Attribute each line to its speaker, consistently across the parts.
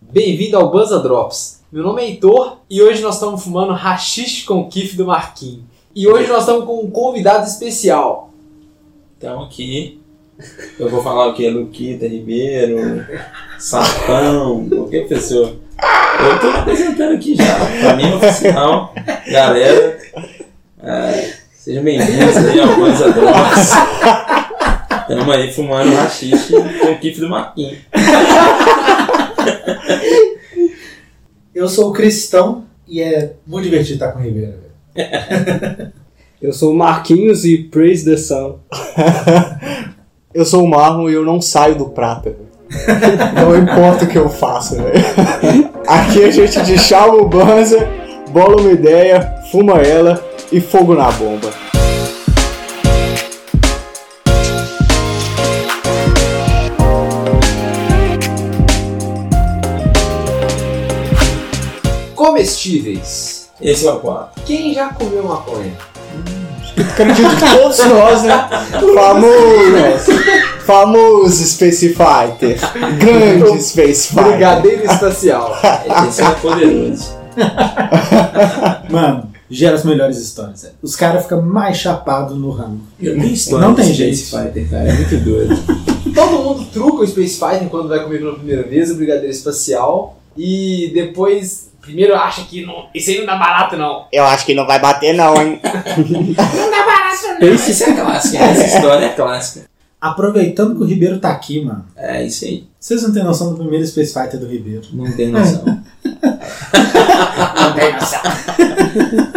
Speaker 1: Bem-vindo ao Banza Drops. Meu nome é Heitor e hoje nós estamos fumando rachixe com kiff do Marquinhos. E hoje nós estamos com um convidado especial.
Speaker 2: Então aqui eu vou falar o que? Luquita Ribeiro, Sapão, qualquer pessoa. Eu tô me apresentando aqui já, pra mim é oficial. Galera, é, sejam bem-vindos aí ao Coisa Drops. Tamo aí fumando rachixe com o kiff do Marquinhos.
Speaker 3: Eu sou cristão e é muito divertido estar com o Ribeiro. velho.
Speaker 4: Eu sou o Marquinhos e Praise the Sun. eu sou o Marlon e eu não saio do prata. velho. Não importa o que eu faço, velho. Aqui a gente deixava o banza, bola uma ideia, fuma ela e fogo na bomba.
Speaker 1: Comestíveis.
Speaker 2: Esse é o quadro.
Speaker 1: Quem já comeu maconha?
Speaker 4: Acredito que todos nós, né? Famosos! Famoso Space Fighter! Grande Space Fighter!
Speaker 1: Brigadeiro espacial.
Speaker 2: Esse é poderoso.
Speaker 3: Mano, gera as melhores histórias. velho. Os caras ficam mais chapados no ramo.
Speaker 2: Eu nem história
Speaker 3: Não tem
Speaker 2: de Space
Speaker 3: jeito.
Speaker 2: Fighter, cara. É muito doido.
Speaker 1: Todo mundo truca o Space Fighter quando vai comer pela primeira vez o Brigadeiro Espacial. E depois, primeiro acha que não, isso aí não dá barato não.
Speaker 4: Eu acho que não vai bater, não, hein?
Speaker 2: Esse é clássico, essa história é clássica.
Speaker 3: Aproveitando que o Ribeiro tá aqui, mano.
Speaker 2: É isso aí.
Speaker 3: Vocês não têm noção do primeiro Space Fighter do Ribeiro.
Speaker 2: Não tem noção.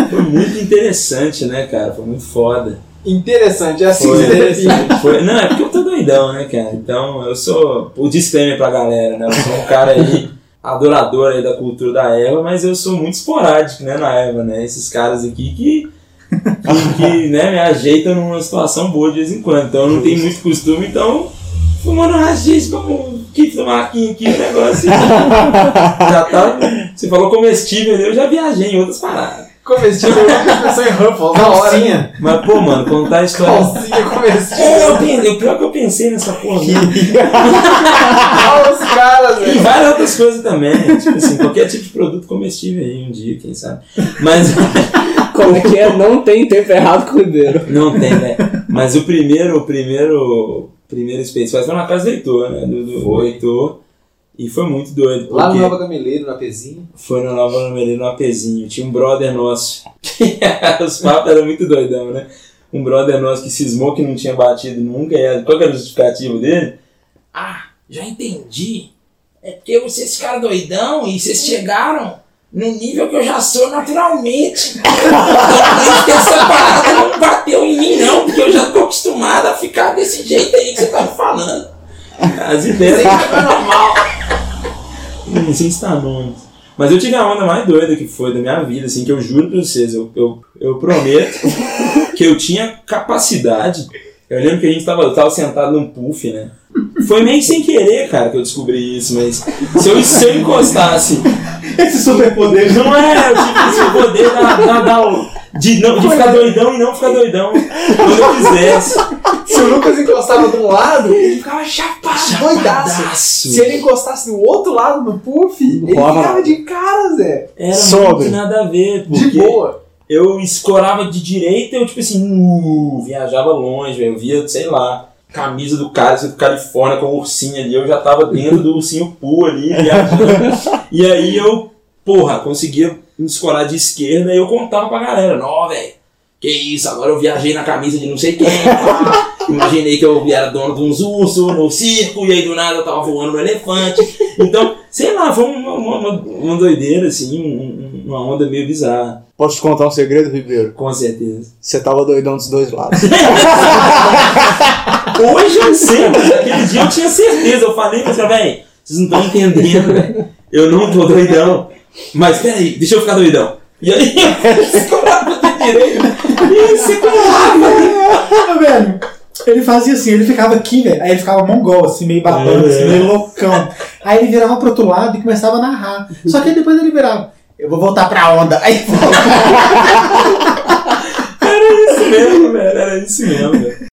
Speaker 2: Foi muito interessante, né, cara? Foi muito foda.
Speaker 1: Interessante, é assim que
Speaker 2: Foi
Speaker 1: você define.
Speaker 2: interessante. Foi... Não, é porque eu tô doidão, né, cara? Então, eu sou. O disclaimer pra galera, né? Eu sou um cara aí, adorador aí da cultura da Eva, mas eu sou muito esporádico, né, na Eva, né? Esses caras aqui que. que, que, né, me ajeitam numa situação boa de vez em quando. Então, eu não tenho muito costume, então. Fumando rachis como kit do Marquinhos aqui, o negócio. assim. já tá. Você falou comestível, eu já viajei em outras paradas.
Speaker 1: Comestível, eu pensou em Ruffles na hora. né?
Speaker 3: Calcinha.
Speaker 2: Mas, pô, mano, contar a história.
Speaker 1: Calcinha comestível.
Speaker 2: É, eu pensei, o pior que eu pensei nessa porra. né?
Speaker 1: Olha os caras,
Speaker 2: E
Speaker 1: velho.
Speaker 2: várias outras coisas também. né? Tipo assim, qualquer tipo de produto comestível aí um dia, quem sabe. Mas
Speaker 5: Como que é? Não tem tempo errado com o Ribeiro.
Speaker 2: não tem, né? Mas o primeiro, o primeiro, primeiro Space Fest foi na casa do Heitor, né? Do, do, do Heitor. E foi muito doido.
Speaker 1: Lá no
Speaker 2: porque-
Speaker 1: Nova Gameleiro, na Pezinha.
Speaker 2: Foi no Nova Nomeira, no Apezinho. Tinha um brother nosso. que era- Os papos eram muito doidão, né? Um brother nosso que cismou que não tinha batido nunca. E era- qual que era o justificativo dele? Ah, já entendi. É porque vocês ficaram doidão e vocês chegaram no nível que eu já sou naturalmente. Essa parada não bateu em mim, não, porque eu já tô acostumado a ficar desse jeito aí que você tá me falando. As ideias normal. Não sei se tá bom. Mas eu tive a onda mais doida que foi da minha vida, assim, que eu juro pra vocês, eu, eu, eu prometo que eu tinha capacidade. Eu lembro que a gente tava, eu tava sentado num puff, né? Foi meio que sem querer, cara, que eu descobri isso, mas se eu, se eu encostasse
Speaker 3: Esse superpoder.
Speaker 2: não é, eu tive esse poder da, da, da, de, não, de ficar doidão e não ficar doidão quando eu quisesse.
Speaker 1: Se o Lucas encostava de um lado, ele ficava chapado, doidaço.
Speaker 2: Doidaço.
Speaker 1: Se ele encostasse do outro lado no puff, ele
Speaker 4: Rola.
Speaker 1: ficava de cara, Zé.
Speaker 2: Era
Speaker 4: Sobre.
Speaker 2: muito nada a ver,
Speaker 1: De
Speaker 2: porque
Speaker 1: boa.
Speaker 2: eu escorava de direita eu, tipo assim, uh, viajava longe, eu via, sei lá, camisa do cara, do Califórnia com o ursinho ali, eu já tava dentro do ursinho pool ali, viajando. e aí eu, porra, conseguia me escorar de esquerda e eu contava pra galera, nó, velho, que isso, agora eu viajei na camisa de não sei quem, pá. Imaginei que eu era dono de uns ursos no circo, e aí do nada eu tava voando no elefante. Então, sei lá, foi uma, uma, uma- uma doideira, assim, um- um- uma onda meio bizarra.
Speaker 4: Posso te contar um segredo, Ribeiro?
Speaker 2: Com certeza.
Speaker 4: Você tava doidão dos dois lados.
Speaker 2: Hoje eu sei, mas aquele dia eu tinha certeza. Eu falei pra você, velho, vocês não estão entendendo, velho. Eu não tô doidão. Mas peraí, deixa eu ficar doidão. E aí, você colava de direito. E aí,
Speaker 3: é
Speaker 2: você colava.
Speaker 3: Ah, velho. Ele fazia assim, ele ficava aqui, velho. Aí ele ficava mongol, assim, meio babando,
Speaker 2: É.
Speaker 3: assim, meio loucão. Aí ele virava pro outro lado e começava a narrar. Só que aí depois ele virava. Eu vou voltar pra onda. Aí
Speaker 2: Era isso mesmo, velho. Era isso mesmo, velho.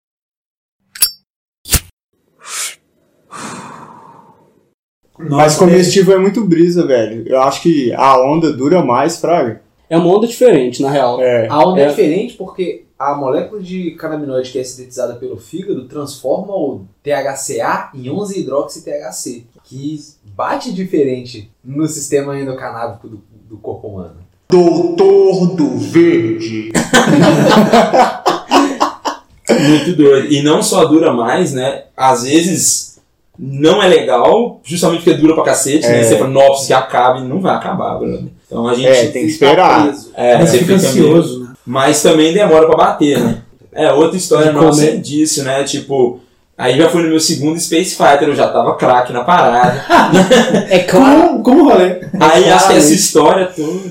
Speaker 4: Mas comestível é muito brisa, velho. Eu acho que a onda dura mais, Fraga.
Speaker 5: É uma onda diferente, na real.
Speaker 4: É.
Speaker 1: A onda é.
Speaker 5: É.
Speaker 1: diferente porque a molécula de canabinoide que é sintetizada pelo fígado transforma o THCA em 11-hidroxi-THC, que bate diferente no sistema endocanábico do, do corpo humano.
Speaker 6: Doutor do Verde.
Speaker 2: Muito doido. E não só dura mais, né? Às vezes não é legal, justamente porque dura pra cacete, né? Você fala, nossa, que acabe, não vai acabar, brother. Então a gente.
Speaker 4: É, tem que esperar.
Speaker 1: Preso.
Speaker 2: é,
Speaker 1: Mas
Speaker 2: você
Speaker 1: fica
Speaker 2: meio-
Speaker 1: ansioso, né?
Speaker 2: Mas também demora pra bater, né? É, outra história
Speaker 5: De
Speaker 2: nossa
Speaker 5: comer.
Speaker 2: disso, né? Tipo, aí já foi no meu segundo Space Fighter, eu já tava craque na parada.
Speaker 5: É, claro,
Speaker 3: Como, como rolê?
Speaker 2: aí acho que essa
Speaker 5: Claramente.
Speaker 2: história toda.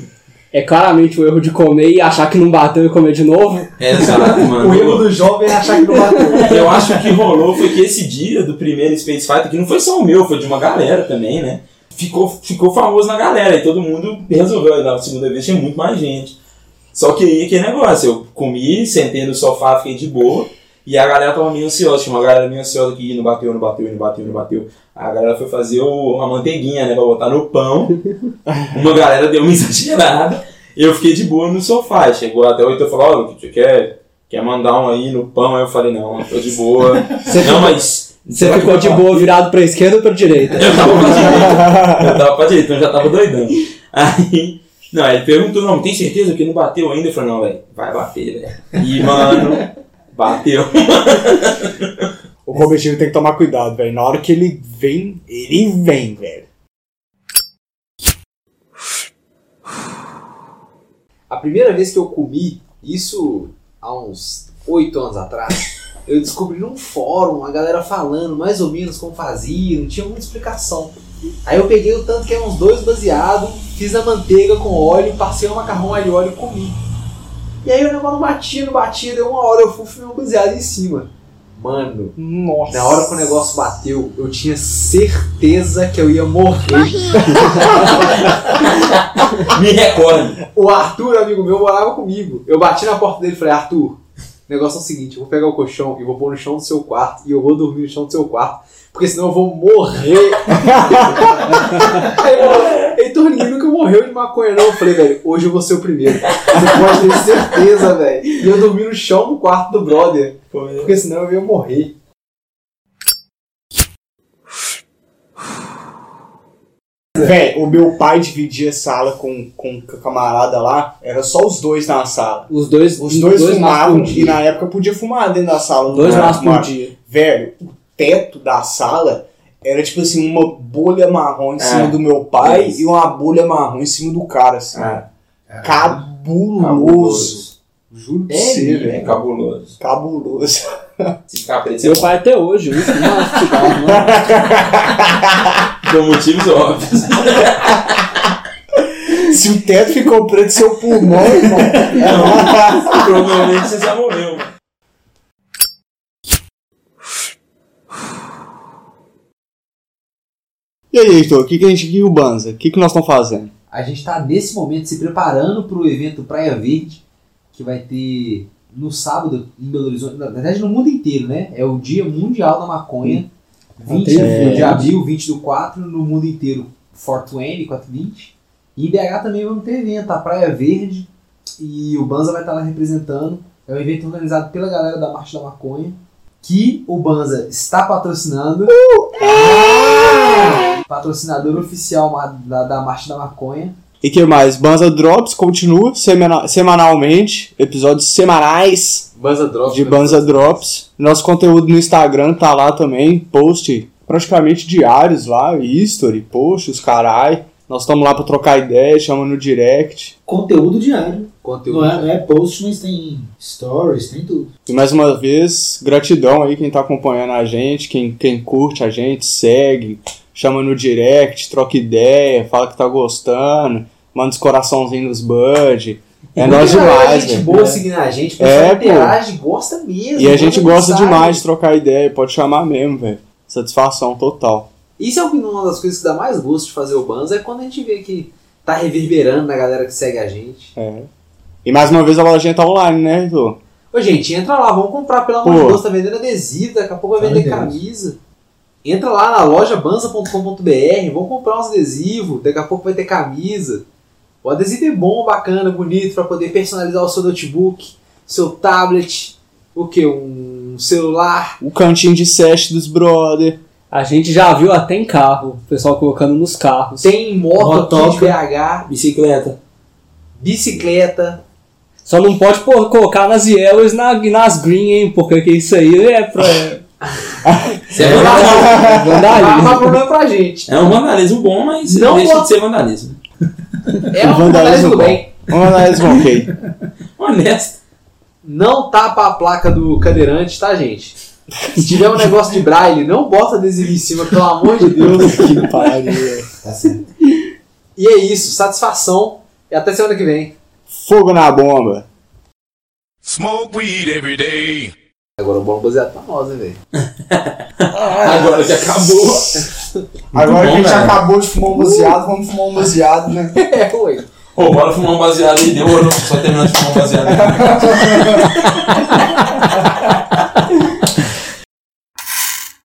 Speaker 5: é claramente o erro de comer e achar que não bateu e comer de novo.
Speaker 2: É, Exato, mano.
Speaker 1: O erro do jovem é achar que não bateu.
Speaker 2: Eu acho que o que rolou foi que esse dia do primeiro Space Fighter, que não foi só o meu, foi de uma galera também, né? Ficou, ficou famoso na galera e todo mundo resolveu. Na segunda vez tinha muito mais gente. Só que aí aquele negócio, eu comi, sentei no sofá, fiquei de boa. E a galera tava meio ansiosa, tinha uma galera meio ansiosa que não bateu, não bateu, não bateu, não bateu. A galera foi fazer o- uma manteiguinha, né, pra botar no pão. Uma galera deu uma exagerada. Eu fiquei de boa no sofá. Chegou até oito, eu falei, ó, Luke, você quer, quer mandar um aí no pão? Aí eu falei, não, tô de boa.
Speaker 5: Você
Speaker 2: não,
Speaker 5: ficou-
Speaker 2: mas...
Speaker 5: Você ficou de boa virado pra esquerda ou pra direita?
Speaker 2: Eu tava pra direita. Eu tava pra direita, então eu já tava doidão. Aí. Não, ele perguntou, não, tem certeza que não bateu ainda? Eu falei, não, velho, vai bater, velho. E, mano, bateu.
Speaker 4: O comestível tem que tomar cuidado, velho. Na hora que ele vem, ele vem, velho.
Speaker 1: A primeira vez que eu comi, isso há uns oito anos atrás, eu descobri num fórum a galera falando mais ou menos como fazia, não tinha muita explicação. Aí eu peguei o tanto que é uns dois baseados, fiz a manteiga com óleo, passei o macarrão alho e óleo e comi. E aí o negócio não batia, não batia, deu uma hora eu fui fumar um baseado em cima. Mano,
Speaker 4: Nossa.
Speaker 1: na hora que o negócio bateu, eu tinha certeza que eu ia morrer.
Speaker 2: Me recordo.
Speaker 1: O Arthur, amigo meu, morava comigo. Eu bati na porta dele e falei, Arthur, o negócio é o seguinte, eu vou pegar o colchão e vou pôr no chão do seu quarto e eu vou dormir no chão do seu quarto, porque senão eu vou morrer. Aí ele falou, Heitor, ninguém nunca morreu de maconha não. Eu falei, velho, hoje eu vou ser o primeiro. Você pode ter certeza, velho. E eu dormi no chão do quarto do brother,
Speaker 2: Foi.
Speaker 1: porque senão eu ia morrer.
Speaker 4: Véi, o meu pai dividia sala com, com um camarada lá, era só os dois na sala.
Speaker 5: Os dois,
Speaker 4: Os dois, fumavam
Speaker 5: por
Speaker 4: e
Speaker 5: dia.
Speaker 4: na época podia fumar dentro da sala. não
Speaker 5: Dois
Speaker 4: era
Speaker 5: maços por
Speaker 4: fumar.
Speaker 5: dia.
Speaker 4: Velho, o teto da sala era tipo assim, uma bolha marrom em cima
Speaker 2: É.
Speaker 4: do meu pai
Speaker 2: Isso.
Speaker 4: e uma bolha marrom em cima do cara, assim.
Speaker 2: Ah,
Speaker 4: Cabuloso. Juro pra
Speaker 2: É,
Speaker 4: você,
Speaker 2: é
Speaker 4: velho.
Speaker 2: cabuloso.
Speaker 4: Cabuloso.
Speaker 2: Se ficar preto,
Speaker 5: Meu
Speaker 2: você
Speaker 5: pai até hoje usa um maço de cigarro, né?
Speaker 2: por motivos óbvios.
Speaker 4: Se o teto ficou preto, seu pulmão, irmão.
Speaker 2: Provavelmente você já morreu, mano.
Speaker 4: E aí, Heitor, o que, que a gente aqui, o Banza? O que, que nós estamos fazendo?
Speaker 1: A gente tá nesse momento se preparando pro evento Praia Verde, que vai ter no sábado em Belo Horizonte, na verdade no mundo inteiro, né? É o Dia Mundial da Maconha, 20
Speaker 5: É.
Speaker 1: de abril, 20 do 4, no mundo inteiro, 420, 420. E em BH também vamos ter evento, a Praia Verde, e o Banza vai estar lá representando. É um evento organizado pela galera da Marcha da Maconha, que o Banza está patrocinando. Ah! Patrocinador oficial ma- da, da Marcha da Maconha.
Speaker 4: E que mais? Banza Drops continua semana- semanalmente, episódios semanais.
Speaker 1: Banza Drop.
Speaker 4: de Banza Drops. Nosso conteúdo no Instagram tá lá também, post praticamente diários lá, history, post, os carai. Nós estamos lá pra trocar ideia, chama no direct.
Speaker 3: Conteúdo diário.
Speaker 1: Conteúdo.
Speaker 3: Não é, não é post, mas tem stories, tem tudo.
Speaker 4: E mais uma vez, gratidão aí quem tá acompanhando a gente, quem, quem curte a gente, segue, chama no direct, troca ideia, fala que tá gostando, manda os coraçãozinhos nos bud. É nós demais,
Speaker 1: gente
Speaker 4: velho.
Speaker 1: boa seguindo a gente, o pessoal
Speaker 4: É, pô.
Speaker 1: interage, gosta mesmo.
Speaker 4: E a gente
Speaker 1: manda
Speaker 4: gosta
Speaker 1: mensagem.
Speaker 4: demais de trocar ideia, pode chamar mesmo, velho. Satisfação total.
Speaker 1: Isso é uma das coisas que dá mais gosto de fazer o Banza, é quando a gente vê que tá reverberando na galera que segue a gente.
Speaker 4: é. E mais uma vez a lojinha tá online, né, Heitor?
Speaker 1: Ô, gente, entra lá, vamos comprar, pelo amor de
Speaker 4: Pô.
Speaker 1: Deus, tá vendendo adesivo, daqui a pouco vai
Speaker 3: Meu
Speaker 1: vender
Speaker 3: Deus.
Speaker 1: camisa. Entra lá na loja banza.com.br, vão comprar uns adesivos, daqui a pouco vai ter camisa. O adesivo é bom, bacana, bonito, para poder personalizar o seu notebook, seu tablet, o que? Um celular.
Speaker 4: O cantinho de sete dos brother.
Speaker 5: A gente já viu até em carro, o pessoal colocando nos carros.
Speaker 1: Tem moto aqui de BH,
Speaker 2: Bicicleta.
Speaker 1: bicicleta.
Speaker 5: Só não pode pô, colocar nas yellows e na, nas green, hein? Porque que isso aí é pra. É,
Speaker 2: Isso é, vandalismo.
Speaker 1: Ah,
Speaker 5: vandalismo.
Speaker 1: mas o problema é pra gente.
Speaker 2: É um vandalismo bom, mas
Speaker 1: Não
Speaker 2: não deixa
Speaker 1: pode-
Speaker 2: de ser vandalismo.
Speaker 1: É
Speaker 4: O
Speaker 1: um vandalismo
Speaker 4: vandalismo bom.
Speaker 1: bem.
Speaker 4: Vamos lá, eles vão, ok.
Speaker 2: Honesto.
Speaker 1: Não tapa a placa do cadeirante, tá, gente? Se tiver um negócio de braille, não bota adesivo em cima, pelo amor de Deus.
Speaker 4: que pariu.
Speaker 3: Tá
Speaker 1: E é isso, satisfação. E até semana que vem.
Speaker 4: Fogo na bomba.
Speaker 6: Smoke weed every day.
Speaker 1: Agora o bolo baseado pra nós, né, velho?
Speaker 2: Agora que acabou.
Speaker 3: Agora
Speaker 2: bom,
Speaker 3: que a gente
Speaker 2: velho.
Speaker 3: acabou de fumar um baseado, vamos fumar um baseado, né?
Speaker 1: É, ué.
Speaker 2: Ô, bora fumar um baseado e deu, ou não? Só terminando de fumar um baseado.